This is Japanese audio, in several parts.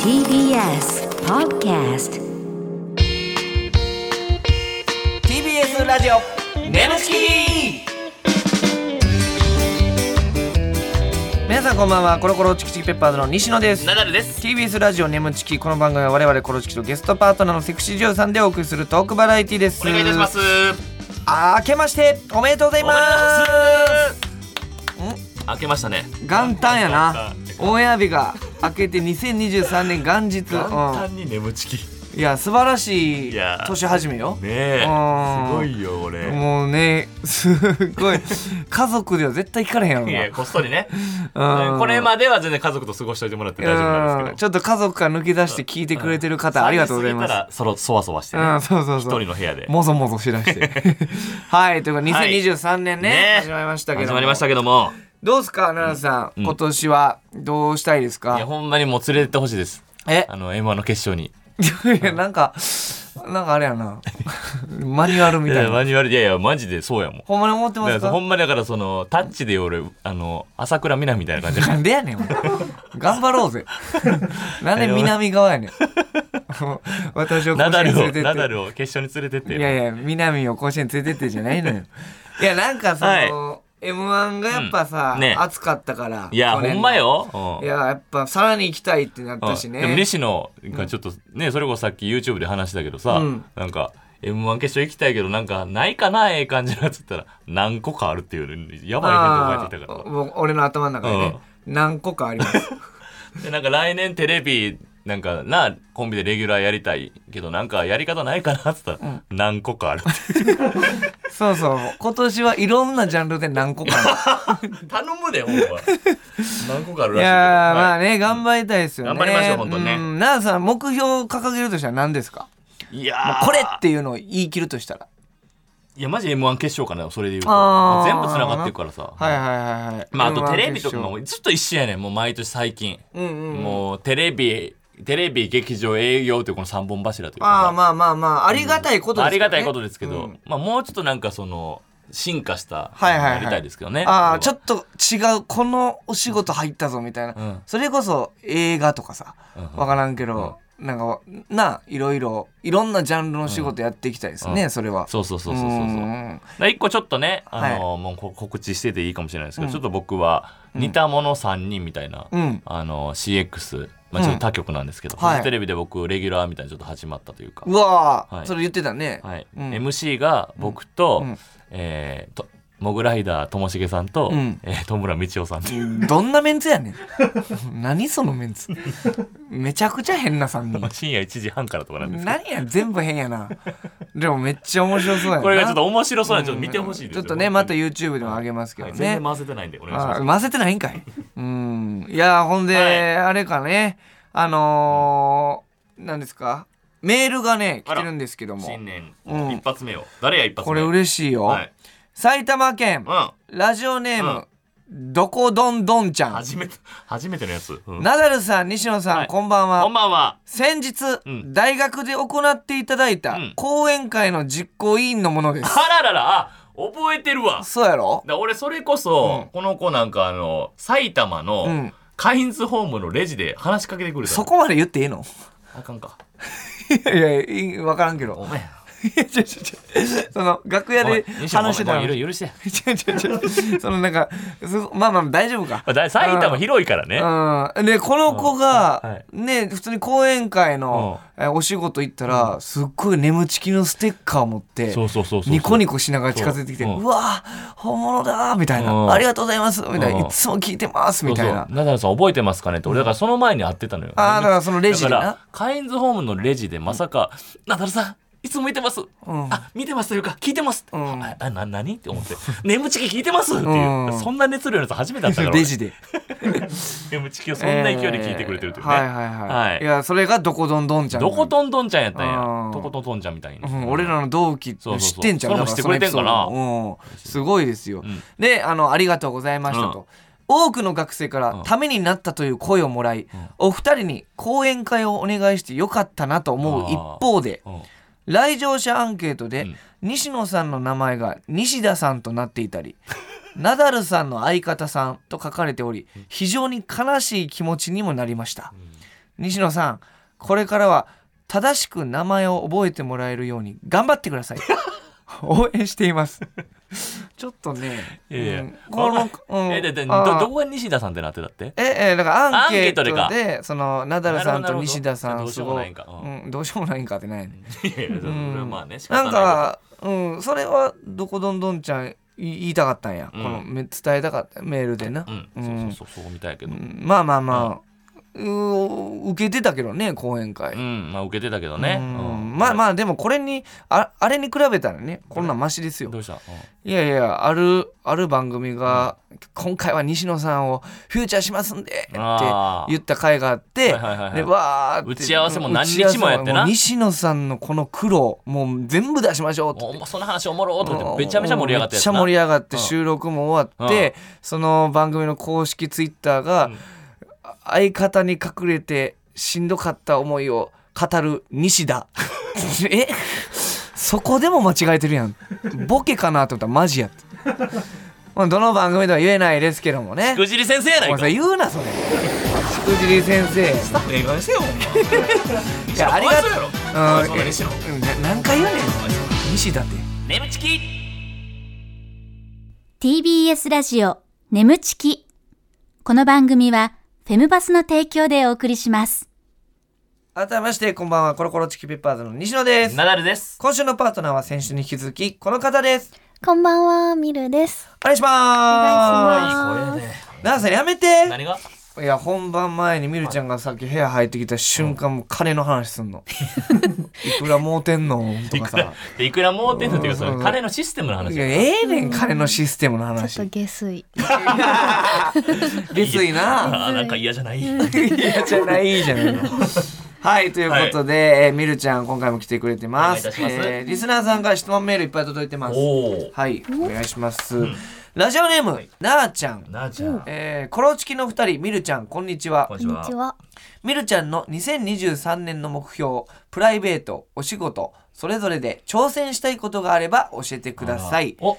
TBS Podcast TBS ラジオネムチキ皆さんこんばんはコロコロチキチキペッパーズの西野ですナダルです。 TBS ラジオネムチキこの番組は我々コロチキとゲストパートナーのセクシー女優さんでお送りするトークバラエティですお願いいたします。あ明けましておめでとうございおま願いします。開けましたね。す元旦やな元旦オンエア日が明け て2023年元日簡う単に眠ちき。ん、いや素晴らしいいや年始めよねえ。すうんごいよ、俺。もうねすごい家族では絶対行かれへんやろいなや、こっそりね。うんこれまでは全然家族と過ごしておいてもらって大丈夫なんですけちょっと家族から抜け出して聞いてくれてる方ありがとうございます過ぎたらそろそわそわしてねうんそうそう一そう人の部屋で。もぞもぞしだして。 はい、というかはい2023年ね、ね始まりましたけども。始まりましたけども。どうすか、奈良さん,、ん今年はどうしたいですいや、かほんまにもう連れてってほしいです。え あの、M1 の決勝に。いや、なんか、なんかあれやな。マニュアルみいたいや、な。マニュアルで、いやいや、マジでそうやもん。ほんまに思ってまだすからほかんまにだからそのタッチで俺あの朝倉みなみたいな感じでなんでやねん、お前頑張ろう ぜ。なんで南側やねん。私を甲ナ子ダ園連ルれをてって。ナダルを決勝に連れてっていやいや、南を甲子園連れてってじゃないの よ。いや、なんかその、はい M1 がやっぱさ、うんね熱かったから。いや去年ほのんまよいややっぱさらに行きたいってなっうんたしねでも西野がちょっとねそれこそさっき YouTube で話したけどさうんなんか m 1決勝行きたいけどなんかないかなええ感じのやつったら何個かあるっていうねやばいあ返答返ってきたーか僕俺の頭の中でね何個かあり ますらでなんか来年テレビなんかなコンビでレギュラーやりたいけどなんかやり方ないかなっつったら何個かあるって そうそう今年はいろんなジャンルで何個か あ頼むでほんま何個かあるるいらしいけどやーまあはいね頑張りたいですよね頑張りましょう本当にねうん奈良さん目標を掲げるとしたら何ですかいやもーうこれっていうのを言い切るとしたらいやマジ m 1決勝かなそれで言うとあー全部つながっていくからさはいはいはいはいまあ、あ M1 とテレビと決かもずっと一緒やねんもう毎年最近、勝うんうんうんもうテレビテレビ劇場営業というこの三本柱というかまああまあまあまあありがたいことですあよねりがたいことですけど、うんまあ、もうちょっとなんかその進化したはいはいはいやりたいですけどねああちょとっと違うこのお仕事入ったぞみたいな、うんそれこそ映画とかさうん分からんけど、なんかないろいろいろんなジャンルの仕事やっていきたいですね、うんそれはそうそうそうそうそうそうだかんら一個ちょっとね、あのもうこ告知してていいかもしれないですけど、うんちょっと僕は似たもの3人みたいな、うんあの CX、まあ、ちょっと他局なんですけど、うんはいフジテレビで僕レギュラーみたいなのちょっと始まったというかう、わー、はいそれ言ってたね、はいうん MC が僕と,、うんえーとモグライダーともしげさんと、うんえー、戸村道夫さんっていうどんなメンツやねん 何そのメンツめちゃくちゃ変な3人 深夜1時半からとかなんですけ何や全部変やなでもめっちゃ面白そうやなどこれがちょっと面白 そうなんでちょっと見てほしいですちょよっとねまた本 YouTube でも上げますけ当どにね、はい全然回せてないんでお願いしあます混ぜてないんかい。 うん。いや、ほんで、はいあれかね、あのー、何ですか、メールがね、来てるんですけども、新年うん一発目を、誰や一発目これ嬉しいよ。はい埼玉県う、んラジオネーム、どこどんどんちゃん。初めて初めてのやつ、うんナダルさん、西野さん、はいこんばんは。こんばんは先日、うん大学で行っていただいたうん講演会の実行委員のものです。あらららあ覚えてるわそうやろだ俺それこそ、うんこの子なんかあの埼玉の、うんカインズホームのレジで話しかけてくれたのそこまで言っていいの あかんかいやいや、わからんけどお。前いや、ちょちょちょ、 その、楽屋で話してたの許許して 違う違う違う。そのなんか、すごまあまあ大丈夫か。だ埼玉広いからねうん、でこの子うんはがいね普通に講演会のえお仕事行ったらすっごい眠ちきのステッカー持ってそうそうそうそうニコニコしながら近づいてきて「そううんうわー本物だ」みたいうな「んありがとうございます」みたいな「うんいつも聞いてます」みたいなそうそうナダルさん覚えてますかねって俺だからその前に会ってたのよあーだからそのレジでなだからカインズホームのレジでまさか「ナダルさんいつも見てます、あ見てますというか聞いてます」んああな何って思って「眠ちき聞いてます」っていう、うんそんな熱量のやつ初めてだったから俺レジで眠ちきをそんな勢いで聞いてくれてるというね、えーはいはいはい、はいい、やそれがどこどんどんちゃんどことんどんちゃんやったんうんやとことんどんちゃんみたいに、うん、俺らの同期そうそう知そうってんじゃんそれだもら知ってくれてんかなそのエピソードもうんすごいですよ、んであの「ありがとうございましたと」多くの学生からんためになったという声をもらい、お二人に講演会をお願いしてよかったなと思う一方で、うん来場者アンケートで、うん西野さんの名前が西田さんとなっていたり ナダルさんの相方さんと書かれており非常に悲しい気持ちにもなりました西野さんこれからは正しく名前を覚えてもらえるように頑張ってくだ さい応援していますちょっとねいやいやうんこのうんえでであーどどこが西田さんってなってたってええだからアンケートでアンケそのナダルさんなるとほど西田さんどうしようもないんかすごうんどうしようもないんかってないね いやいやそれうんまあね仕な方んないかうんそれはどこどんどんちゃんい言いたかったんや、うんこのめ伝えたかったメールでな、うんそうそうそうそうみたいやけどうんまあまあまあ、うー受けてたけどね講演会、うんまあ受けてたけどねうんまあまああでもこれにああれに比べたらねこんなんマシですよどうしたうんいやいやあるある番組が、今回は西野さんをフューチャーしますんでってあー言った回があってはいはいはいはいでわーって打ち合わせも何日もやっ打ち合わせてなもう西野さんのこの苦労もう全部出しましょうっておもその話おもろーとか言ってめちゃめちゃ盛り上がっためやっつちゃな盛り上がってうん収録も終わって、その番組の公式ツイッターが、ん相方に隠れてしんどかった思いを語る西田 えそこでも間違えてるやんボケかなと思ったらマジやってまあどの番組では言えないですけどもねしくじり先生やないもうかそれ言うなそれしくじり先生ええかしてよいやありがとうお前そんなうんにしろうんな何回言うねん西田って。眠ちき TBS ラジオ眠ちきこの番組はフェムバスの提供でお送りします改めましてこんばんはコロコロチキペッパーズの西野ですナダルです今週のパートナーは先週に引き続きこの方ですこんばんは、ミルです。お願いしま願いします。すなあさんやめて何がいや本番前にみるちゃんがさっき部屋入ってきた瞬間もう金の話すん のいくらもうてんのといかくさ らいくらもうてんのっていうかそうんれ金のシステムのい話やええねん金のシステムのちょっ話と下水。下水なあーなんか嫌じゃないいやじゃないじゃないのはいということで、えーみるちゃん今回も来てくれてますお願いいたしますえーリスナーさんから質問メールいっぱい届いてますおおはい、お願いします。ラジオネーム、なあちゃん。なあちゃんえー、コロチキの二人、みるちゃん、こんにちはこん。にこちんにちはは。みるちゃんの2023年の目標、プライベート、お仕事、それぞれで挑戦したいことがあれば教えてください。お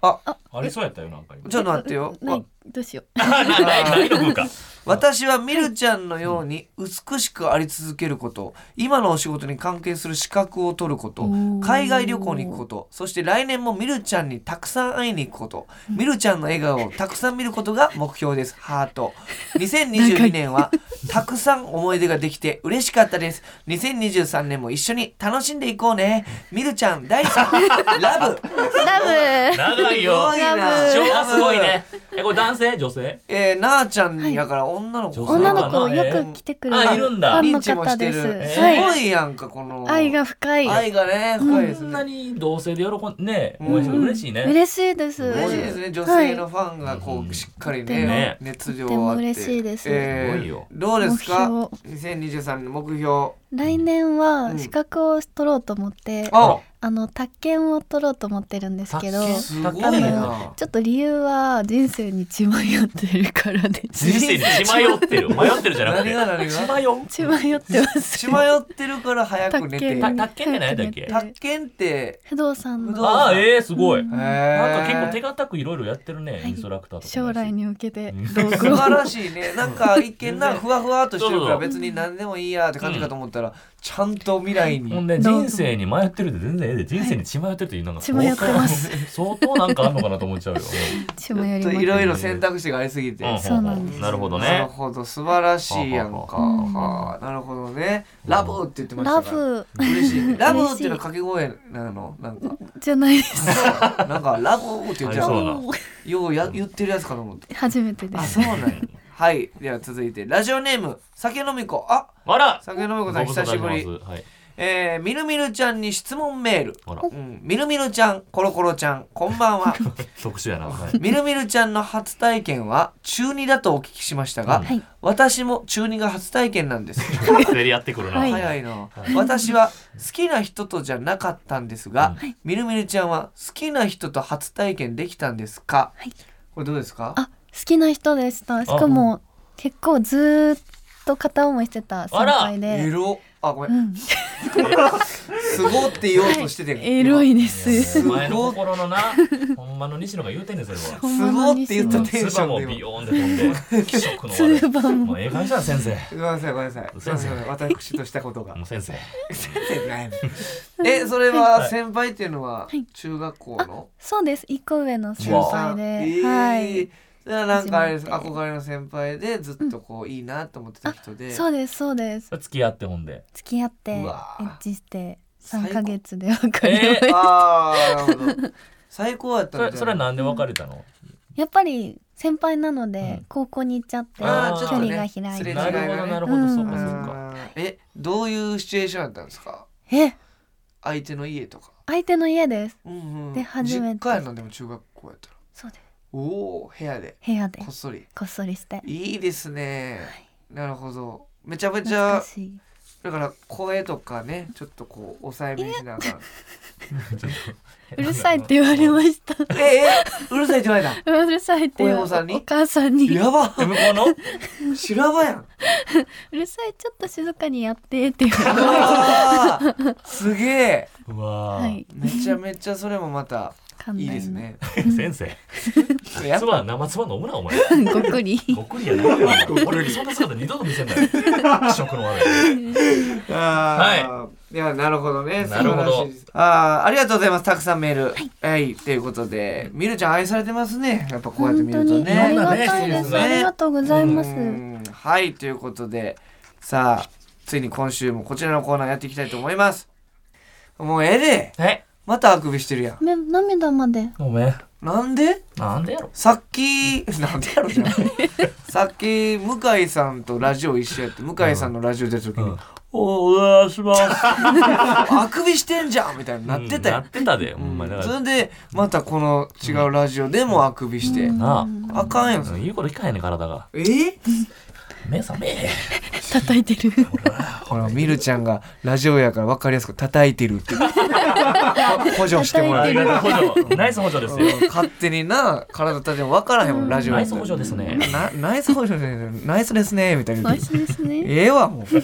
あ、ありそうやったよ なんか今ちょっと待ってよ。なわい、どうしよ何の分か私はみるちゃんのように美しくあり続けること、今のお仕事に関係する資格を取ること、海外旅行に行くこと、そして来年もみるちゃんにたくさん会いに行くこと、みるちゃんの笑顔をたくさん見ることが目標です。ハー ト。2022年はたくさん思い出ができて嬉しかったです。2023年も一緒に楽しんでいこうね。みるちゃん大好き。 ラブ。う。ラ長いよなラ昭和すごいね。えこれ男性女性えー、なあちゃんやから女の子ブ。はい女の子よく来てくれる。あいるんだファン認の知も方してです。る。すはごい。いやんか、この。愛が深い。愛がね、深いですそんねな。に同性で喜んね応援して嬉しいね。嬉しいです。すごいですね、女性のファンがこうしっかりね、ね熱量あって。とても嬉しいですすごいよどうですか2023年の目標。来年うはん資格を取ろうと思って、ああの、宅建を取ろうと思ってるんですけど、宅建ちすごいあなの。ょっと理由は人生に血迷ってるか らで人す。生に血迷ってる。迷ってるじゃなく何て。が何血が迷う血迷ってます。血迷ってるから早く寝て。宅建って何やったっけ宅建って、不動産不の動ああ、ええ、すごい。へなんーか結構手堅くいろいろやってるね、インストラクターとか。将来。に向けてうん道具素を晴らしい ね。なんか一見な、全然ふわふわっとしてるからそうそう別に何でもいいやって感じかと思ったら、ちゃんと未来ほんに。で、人生に迷ってるって全然ええで、人生に血迷ってるっていうなんか血迷ってます相当なんかあんのかなと思っちゃうよ。血迷りちょっまとすいろいろ選択肢がありすぎて。うんそうなんですなるほどなるね。ほど素晴らしいやんか。ははあなるほどね。ラブって言ってましたラから。ブ嬉しいね。ラブっていうのは掛嬉しいけ声なのなん か。じゃないです。なんかラブって言っちゃそううなもうようや言ってるやつかと思って。初めてであす。そうなんや。はい。では続いてラジオネーム酒飲み子。ああら酒飲み子さん久しぶりご。無沙汰てますはい。えー、みるみるちゃんに質問メール。あらうん、みるみるちゃん、コロコロちゃん、こんばんは。特殊やな。はいみるみるちゃんの初体験は中二だとお聞きしましたが、うんはい私も中二が初体験なんです。競り合ってくるな。はい早いな、私は好きな人とじゃなかったんですが、みるみるちゃんは好きな人と初体験できたんですか、はいこれどうですかあ好きな人でした。しかも結構ずーっと片思いしてた先輩エで。ロあごめん、うん、すごって言おうとしてて、エロいです。お前の心のな、ほんまの西野が言うてんねん、それは。ほんすまごのっ西て言った野テンツショバンもでビ今ヨーンで飛んで、気色のツ悪ーバい。ンもうええ感じだ、先生。ごめんなさいごめんなさい。すいません私としたことが もう。先生。えそれははい先輩っていうのはい中学校のそうです。一個上の先うわ輩で、えはーい。それはなんかあれです初めて憧れの先輩でずっとこういいなと思ってた人で。そうですそうです。付き合ってほんで。付き合ってエうわーッチして最三高ヶ月で別れました。ああなるほ ど。最高やったそんれだ。それはなんで別れたのやっぱり先輩なので、うん高校に行っちゃって距あーちょっと離ねが開いすれて、違いながるねほど、なるほど、そううか、そうか。んえどういうシチュエーションやったんですか。え相手の家とか。相手の家ですうんうん。で初めて実家やなでも中学校やったら。そうですおお部屋で部屋でこっそり。こっそりしていいですね。なるほど。めちゃめち懐ゃかしいだから声とかねちょっとこう抑えめにしながら。 うるさいって言われましたええうるさいって言われた。 うるさいって言親わ御さんにお母さんにやばえ向こうの修羅場やん。うるさいちょっと静かにやってって言われまし あーすげえ。うたわはーいめちゃめちゃそれもまたいいです ね。先生やっつば生つば飲むなお前簡単なごっくりごっくりやないよ俺そんな姿二度と見せんなよ気色の悪いあーいやなるほどね。なるほど素晴らしいですあーありがとうございます。たくさんメール。はい。ということで、みるちゃん愛されてますね。やっぱこうやって本見当るとにね。ありがたいねでねすありがとうございますうんはいということでさあついに今週もこちらのコーナーやっていきたいと思いますもうええでえまたあくびしてるやんめ涙までごめんなんでなんでやろさっきなんでやろじゃないさっき向井さんとラジオ一緒やって向井さんのラジオ出た時に「うんおお願いします」あくびしてんじゃんみたいになってたなやんっ、てたでほんまだかそられでまたこの違うラジオでもあくびして、なあかんやん、あ言うこと聞かへんねん体がえ目覚めえ叩いてるほら、みるちゃんがラジオやから分かりやすく叩いてる って。補助してもらあうり。がとう補助ナイス補助ですようん勝手にな、体立ても分からへんもん、ラジオナやイっスた補ら助ですねなナイス補助ね。ナイスですね、みたい美な味。しいですねええわ、もう。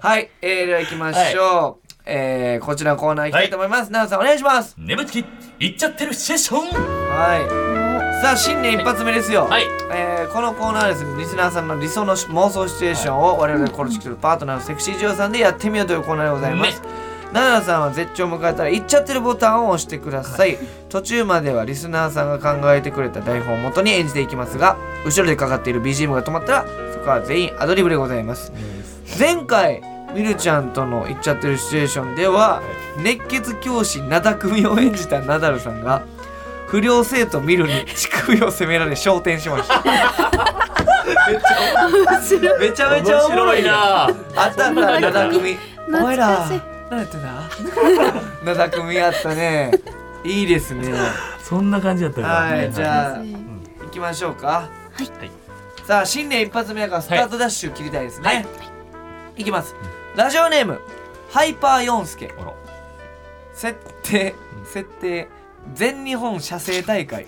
はい、えー、では行きましょう。えー、こちらのコーナー行きたいと思います。なおさん、お願いします。眠ちきいっちゃってるシチュエーションはい。さあ、新年一発目ですよ。はいえーこのコーナーはですねリスナーさんの理想の妄想シチュエーションを我々がコロチキとパートナーのセクシー女優さんでやってみようというコーナーでございます奈々さんは絶頂を迎えたら行っちゃってるボタンを押してください、途中まではリスナーさんが考えてくれた台本を元に演じていきますが後ろでかかっている BGM が止まったらそこは全員アドリブでございます前回みるちゃんとの行っちゃってるシチュエーションでは熱血教師なだ組を演じたナダルさんが不良生徒みるに乳首を責められ昇天しました めちゃめちゃおもろいななあったあったなだ組お懐前かしいら何やってんだなだ組あった ねいいですね そんな感じだったからはいじゃあ懐かしい行きましょうかはいはいさあ新年一発目だからスタートダッシュ切りたいですね、はいい、きますラジオネームハイパーヨンスケあら設定設定全日本写生大 会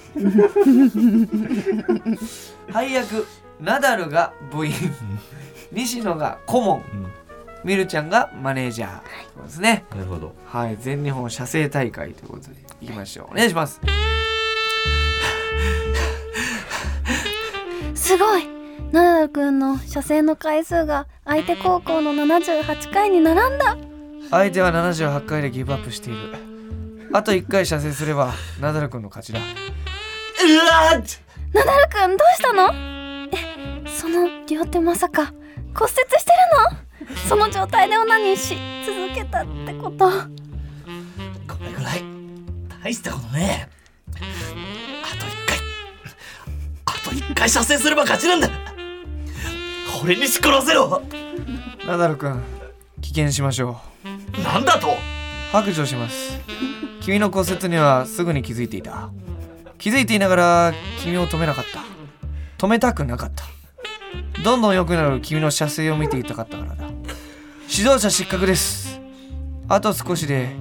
配役ナダルが部員西野が顧問うんみるちゃんがマネージャーそうですねなるほどはい全日本写生大会ということでいきましょうお願いしますすごいナダルくんの射精の回数が相手高校の78回に並んだ相手は78回でギブアップしているあと1回射精すればナダル君の勝ちだうわっナダルくんどうしたのえその両手まさか骨折してるのその状態でオナニーし続けたってことこれぐらい大したことねえあと一回あと一回射精すれば勝ちなんだ俺にし殺せろナダル君棄権しましょうなんだと白状します君の骨折にはすぐに気づいていた気づいていながら君を止めなかった止めたくなかったどんどん良くなる君の射精を見ていたかったからだ指導者失格ですあと少しで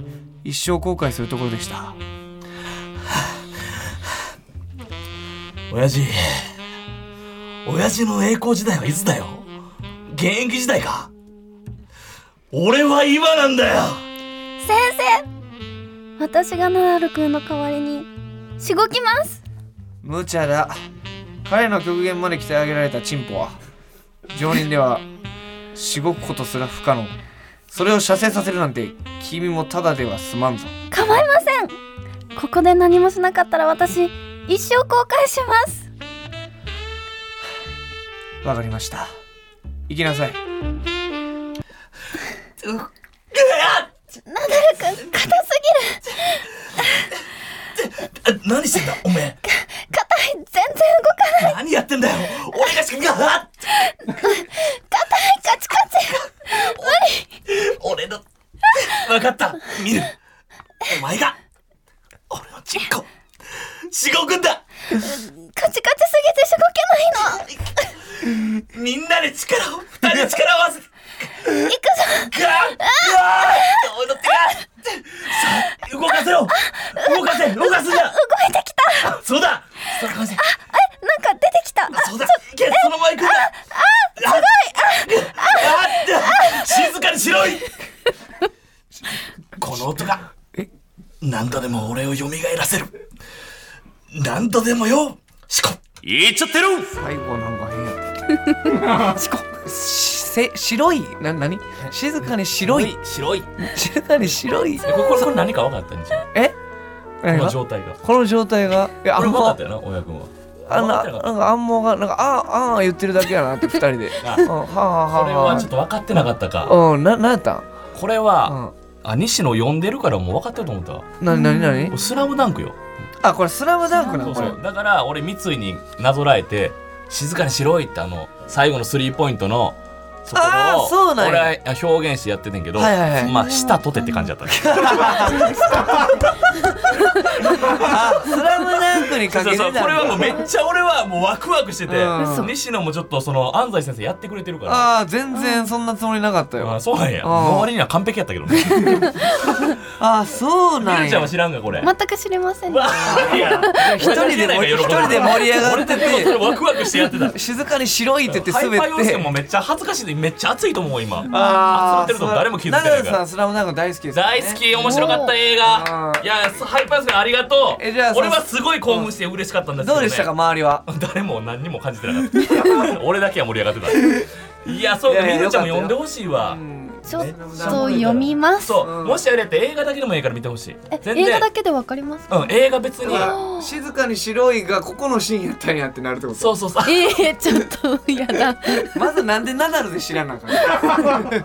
一生後悔するところでした親父親父の栄光時代はいつだよ現役時代か俺は今なんだよ先生私がナダルくんの代わりにしごきます無茶だ彼の極限まで鍛え上げられたチンポは常人ではしごくことすら不可能それを射精させるなんて君もただでは済まんぞ構いませんここで何もしなかったら私一生後悔しますわかりました行きなさいナダルくん硬すぎるあ 何してんだおめえ硬い全然動かない何やってんだよ俺がしかがあ硬いカチカチ俺の分かった見るお前が俺のチンコしごくんだカチカチすぎてしごけないのみんなで力を二人で力を合わせて行くぞガーッ俺の手がさあ動かせろ動かせ動かすんだ動いてきたそうだそれかもしれんえなんか出てきたそうだいけそのまま行くんだあすごいああ静かにしろいこの音が何度でも俺を蘇らせる何度でもよしこ言っちゃってる最後なんか変やったしこしせ白いな何静かに白い白い静かに白いこれこれ何か分かったんじゃんえ何が態がこの状態がいやあんまよな親君はあななんか暗毛がなんかあーあー言ってるだけやなって二 人であうんはあはあはと分かってなかったあうんななんやったんこれはあ西野呼んでるからもう分かってると思ったわうんなになになにスラムダンクよあこれスラムダンクなそのうこそれうだから俺三井になぞらえて静かにしろいってあの最後のスリーポイントのそこあーそをうなんや俺は表現してやっててんけど、はいはいはいまあ舌とてって感じだったねあスラムダンクにそかうけ そうてたそうんこれはもだうめっちゃ俺はもうワクワクしててうん嘘西野もちょっとその安西先生やってくれてるからあー全然そんなつもりなかったあよそうなんやうん周りには完璧やったけ どねみあーそうなるんちゃんはや知らんがこれ全く知りませんわあいや一人でも一人で盛り上がって俺それてワクワクしてやってた 静かに白いって言ってハイパイ滑オってスもめっちゃ恥ずかしいでめっちゃ熱いと思う今あ集まってるとこ誰も気づいてないからナダルさんスラムダンク大好きですよね大好き面白かった映画うんいやハイパースありがとうえじゃあ俺はすごい興奮して嬉しかったんですけどど、うね、でしたか周りは誰も何にも感じてなかった俺だけは盛り上がって たいやそうかいやいみやるちゃんもよ呼かんったよでほしいわ、うんちょっと読みますそう、うんもしあれやって映画だけでもいいから見てほしいえ全然映画だけでわかりますうん映画別にだから静かに白いがここのシーンやったんやってなるってことそうそうそうええちょっとやだまずなんでナダルで知らなあかっ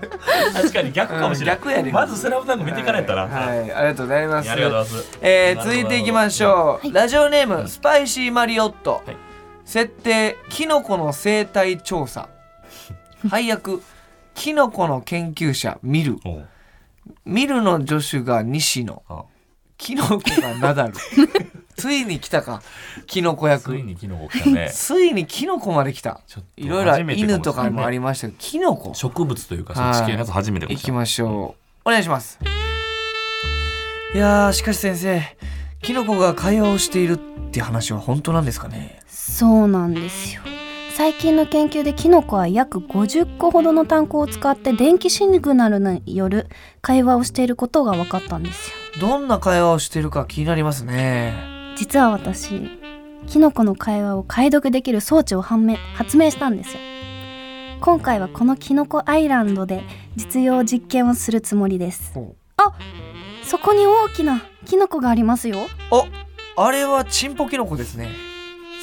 た 確かに逆かもしれない、うん逆やねまずスラムダンク見ていかないったら、 はい、はいありがとうございまいすやありがとうございますえー、続いていきましょう、ラジオネーム、スパイシーマリオット、はい設定キノコの生態調 査配役キノコの研究者ミルうおうミルの助手が西野あキノコがナダル ついに来たかキノコ役ついにキノコ来 たねついにキノコまで来たちょっといろいろ初めてかもしれない犬とかもありましたけどキノコ植物というかそっち系のやつ初めてかいもしきれないましょうお願いしますいやーしかし先生キノコが会話をしているって話は本当なんですかねそうなんですよ最近の研究でキノコは約50個ほどの単語を使って電気シグナルによる会話をしていることが分かったんですよどんな会話をしてるか気になりますね実は私キノコの会話を解読できる装置を判明発明したんですよ今回はこのキノコアイランドで実用実験をするつもりですほそこに大きなキノコがありますよああれはチンポキノコですね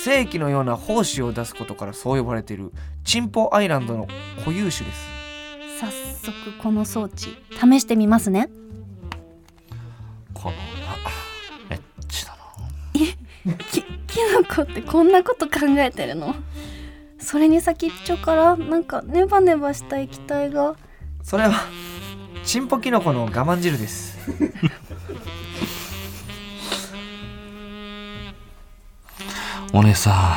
正規のような胞子を出すことからそう呼ばれているチンポアイランドの固有種です早速この装置試してみますねこのエッチだなきキノコってこんなこと考えてるのそれに先っちょからなんかネバネバした液体がそれはチンポキノコの我慢汁ですお姉さ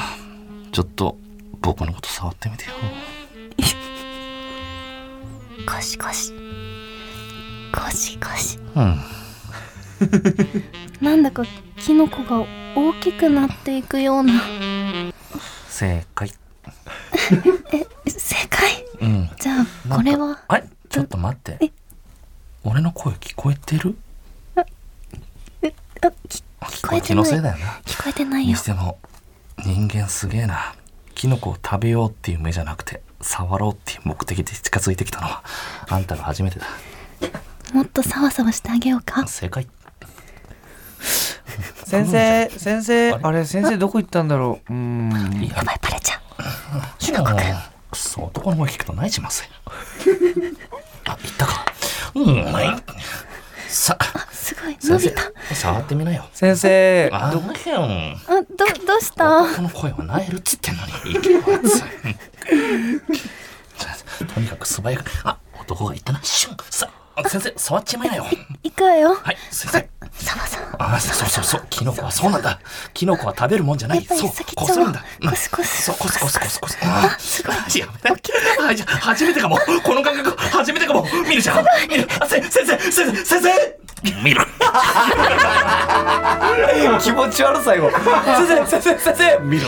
んちょっと僕のこと触ってみてよゴシゴシゴシゴシうんなんだかキノコが大きくなっていくような正解え正解うんじゃあこれはあれちょっと待って俺の声聞こえてるあきあ聞こえて気のないせいだよな聞こえてないによしても人間すげえなキノコを食べようっていう目じゃなくて触ろうっていう目的で近づいてきたのはあんたが初めてだもっとサワサワしてあげようか正解先生先生あれあれ先生どこ行ったんだろううーんやばいバレちゃうしかもくそ男の声聞くと泣いちまう ぜあ言ったかうんまいさすごい伸び先た生触ってみなよ先生あどこよんあどどうした男の声はなえるっつってんの に息が熱いとにかく素早くあ男が言ったなシュンさあ先生触っちまいなよ行くわよはい先生サワサワあそうそうそうキノコはそうなんだキノコは食べるもんじゃなやいっぱそりう先こっちすょるんはだうんコスコスそうコスコスコスコスあすごいやめなあじゃあ初めてかもこの感覚初めてかもミルちゃんミルあせ先生先生先生ミル気持ち悪さよ先生先生先生ミル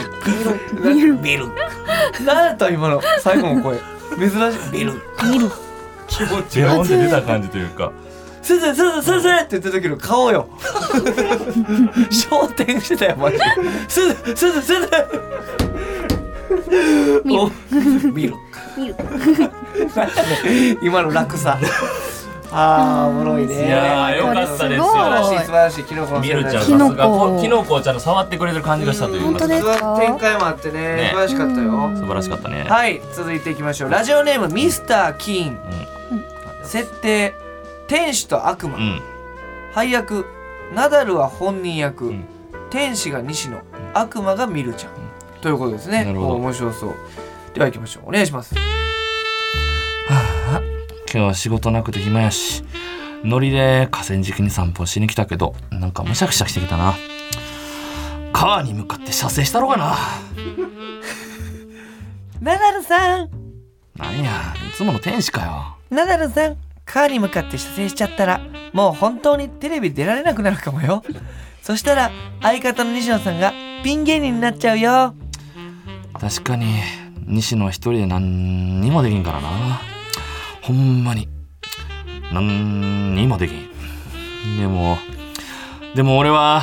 見るミルなんだった今の最後の声珍しい見る見る気持ちロンで出た感じというか先生先生先生って言った時の顔よ焦点してたよマジで先生先生先生見る見る今の楽さあーおもろいねいやーよかったですよこれすごい素晴らしい素晴らしいキノコのミ先生ルちゃんキさノすコがこキノコをちゃんと触ってくれてる感じがしたという本当かですか展開もあってねね素晴らしかったよ素晴らしかったねはい続いていきましょうラジオネームミスター・キーン設定天使と悪魔、うんうん配役ナダルは本人役、うん天使が西野悪魔がミルちゃん、ということですねなるほどお面白そうでは行きましょうお願いしますはあ今日は仕事なくて暇やしノリで河川敷に散歩しに来たけどなんかむしゃくしゃしてきたな川に向かって射精したろかなナダルさんなんやいつもの天使かよナダルさんカーに向かって射精しちゃったらもう本当にテレビ出られなくなるかもよそしたら相方の西野さんがピン芸人になっちゃうよ確かに西野は一人で何にもできんからなほんまに何にもできんでもでも俺は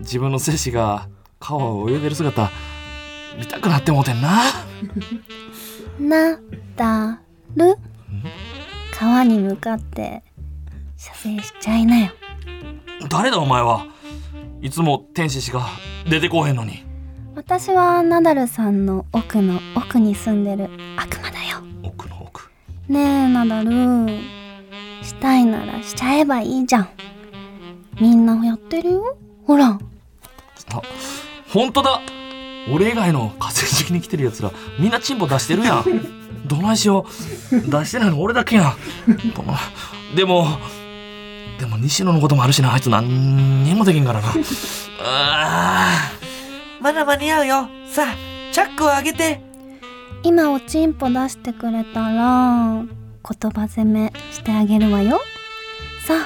自分の精子が川を泳いでる姿見たくなってもうてんななだる川に向かって射精しちゃいなよ誰だお前はいつも天使しか出てこへんのに私はナダルさんの奥の奥に住んでる悪魔だよ奥の奥ねえナダルしたいならしちゃえばいいじゃんみんなやってるよほらあ本当だ俺以外の河川敷に来てるやつらみんなチンポ出してるやんどないしよう出してないの俺だけやんどのでもでも西野のこともあるしなあいつ何にもできんからなあまだ間に合うよさあチャックを上げて今おちんぽ出してくれたら言葉攻めしてあげるわよさ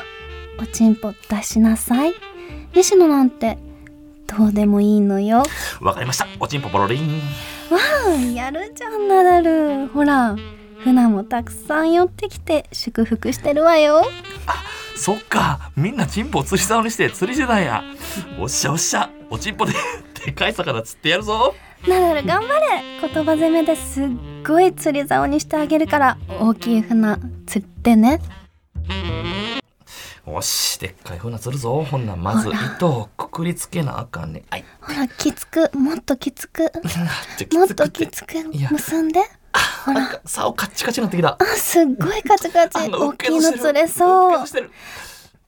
あおちんぽ出しなさい西野なんてどうでもいいのよーわかりましたおちんぽポロリンうんやるじゃんナダルほら船もたくさん寄ってきて祝福してるわよそっかみんなチンポを釣り竿にして釣りしてたんやおっしゃおっしゃおちんぽで でかい魚釣ってやるぞナダル頑張れ言葉攻めですっごい釣り竿にしてあげるから大きい船釣ってねよしでっかい船釣るぞほんなんまず糸をくくりつけなあかんねあいほらきつくもっときつくちょもっつくとてきつくいや結んでほらなんか竿カッチカチになってきたあすっごいカチカチあ大うっけきいとのしてる釣れそううっけとしてる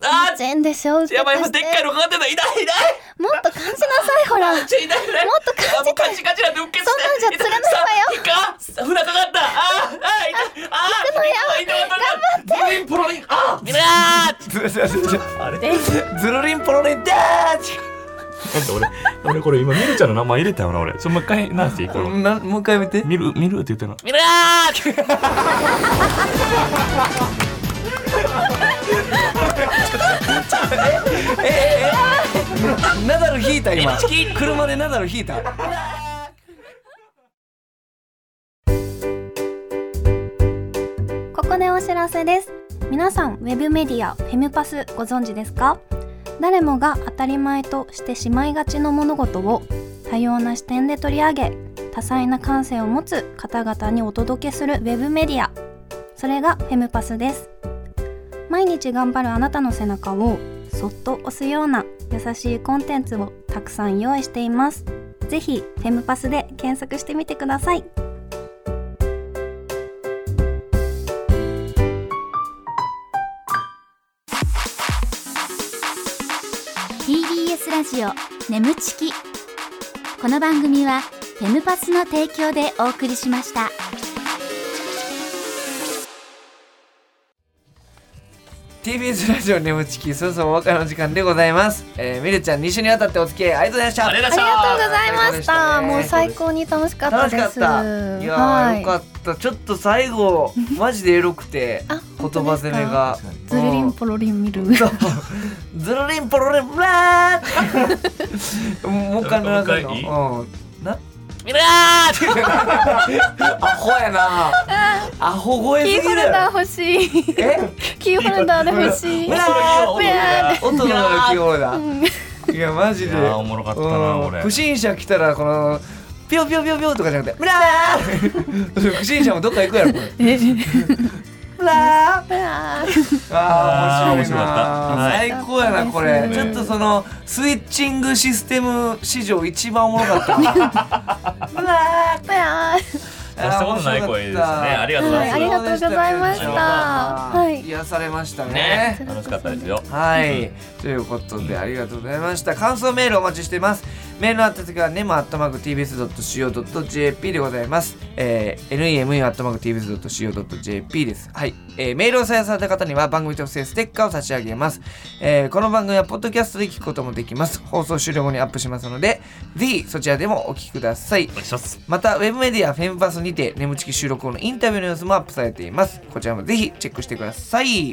あちんでしょうーやばいやばいでっかいものかかってた痛い痛いっと感じなさ いほらちょ痛い痛いもっと感じてもうカチカチなんてうっけとしてそんなんじゃ釣れないわよいか船かかったあーあー痛いあー痛い痛い痛い痛い痛いポロリンあーみんなずずずずあれずるりんぽろりんでーちなんで俺、俺これ今ミルちゃんの名前入れたよな俺。ちょもう一回なんていいこの。なもう一回見てミルミルって言ってるの。ミルナダル引いた今車でナダル引いたここでお知らせです皆さんウェブメディアフェムパスご存知ですか誰もが当たり前としてしまいがちの物事を多様な視点で取り上げ多彩な感性を持つ方々にお届けするウェブメディアそれがフェムパスです毎日頑張るあなたの背中をそっと押すような優しいコンテンツをたくさん用意していますぜひフェムパスで検索してみてください TBS ラジオ眠ちきこの番組はフェムパスの提供でお送りしましたー TBS ラジオ眠ちきそろそろお別れの時間でございます、えー、みるちゃん2週にわたってお付き合いありがとうございましたありがありとうがとうございま最高でししたたねもう最高に楽しかった楽しでかっすたいやー、よかったちょっと最後マジでエロくてあ言葉攻めがズルリンポロリン見る。いそうズルリンポロリンブラーもう一回鳴らせるもう一のうんなミラーアホやなアホ声すキーぎホるルダー欲しい。えキーホルダーで欲しいブ。ラーブラ音の鳴き声だいやマジいでやーおもろかったなうん俺不審者来たらこのピョピョピョピョとかじゃなくてブラー不審者もどっか行くやろこれえブラーブあラーーあー面白いな面最高やなこれ面ち白ょいっねとそのスイッチングシステム史上一番おもろかった うわブラー出したことない声ですねありがとうございますはいありがとうございましたはい癒されましたねね楽しかったですよはい、 ということでありがとうございました感想メールお待ちしていますメールの宛先は nemu.tbs.co.jp でございます、えー、nemu.tbs.co.jp ですはい、えーメールを採用された方には番組特製ステッカーを差し上げます、えーこの番組はポッドキャストで聞くこともできます放送終了後にアップしますのでぜひそちらでもお聞きくださいお願いしますまたウェブメディアフェムパスにて眠ちき収録後のインタビューの様子もアップされていますこちらもぜひチェックしてください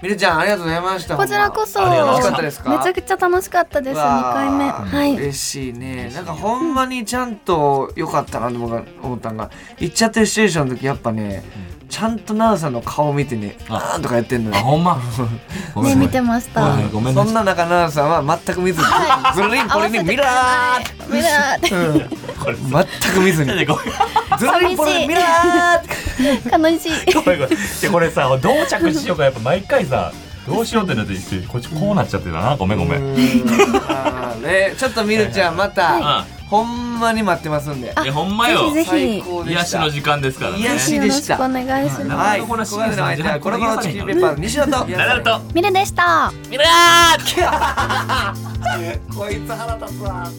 みるちゃんありがとうございましたこちらこそありがとうご楽しざかいったですかましためちゃくちゃ楽しかったです2回目わあはい嬉しいねなんかほんまにちゃんと良かったなと僕は思ったのが「行っちゃってるシチュエーション」の時やっぱねちゃんと奈良さんの顔見てね「ああーん」とかやってんのあよほんまごめねんなさい見てましはたいごめんそなさいんな中奈良さんは全く見ずにずるりんぽりんにミラーってミラーこれす全く見ずにごめんごめんずるりんぽりんにミラーって悲しいごめんでこれさどう着しようかやっぱ毎回さどうしようってなって一緒にこっちこうなっちゃってたなごめんごめんうんあーねちょっとみるちゃんまたほんまに待ってますんでいやほんまよぜひ最高で癒ししたの時間ですからね癒しよろしくお願いしまはすい、このコーナーの相手はコロコロチキンペッパーの西田とナダルとミルでしたこいつ腹立つわ。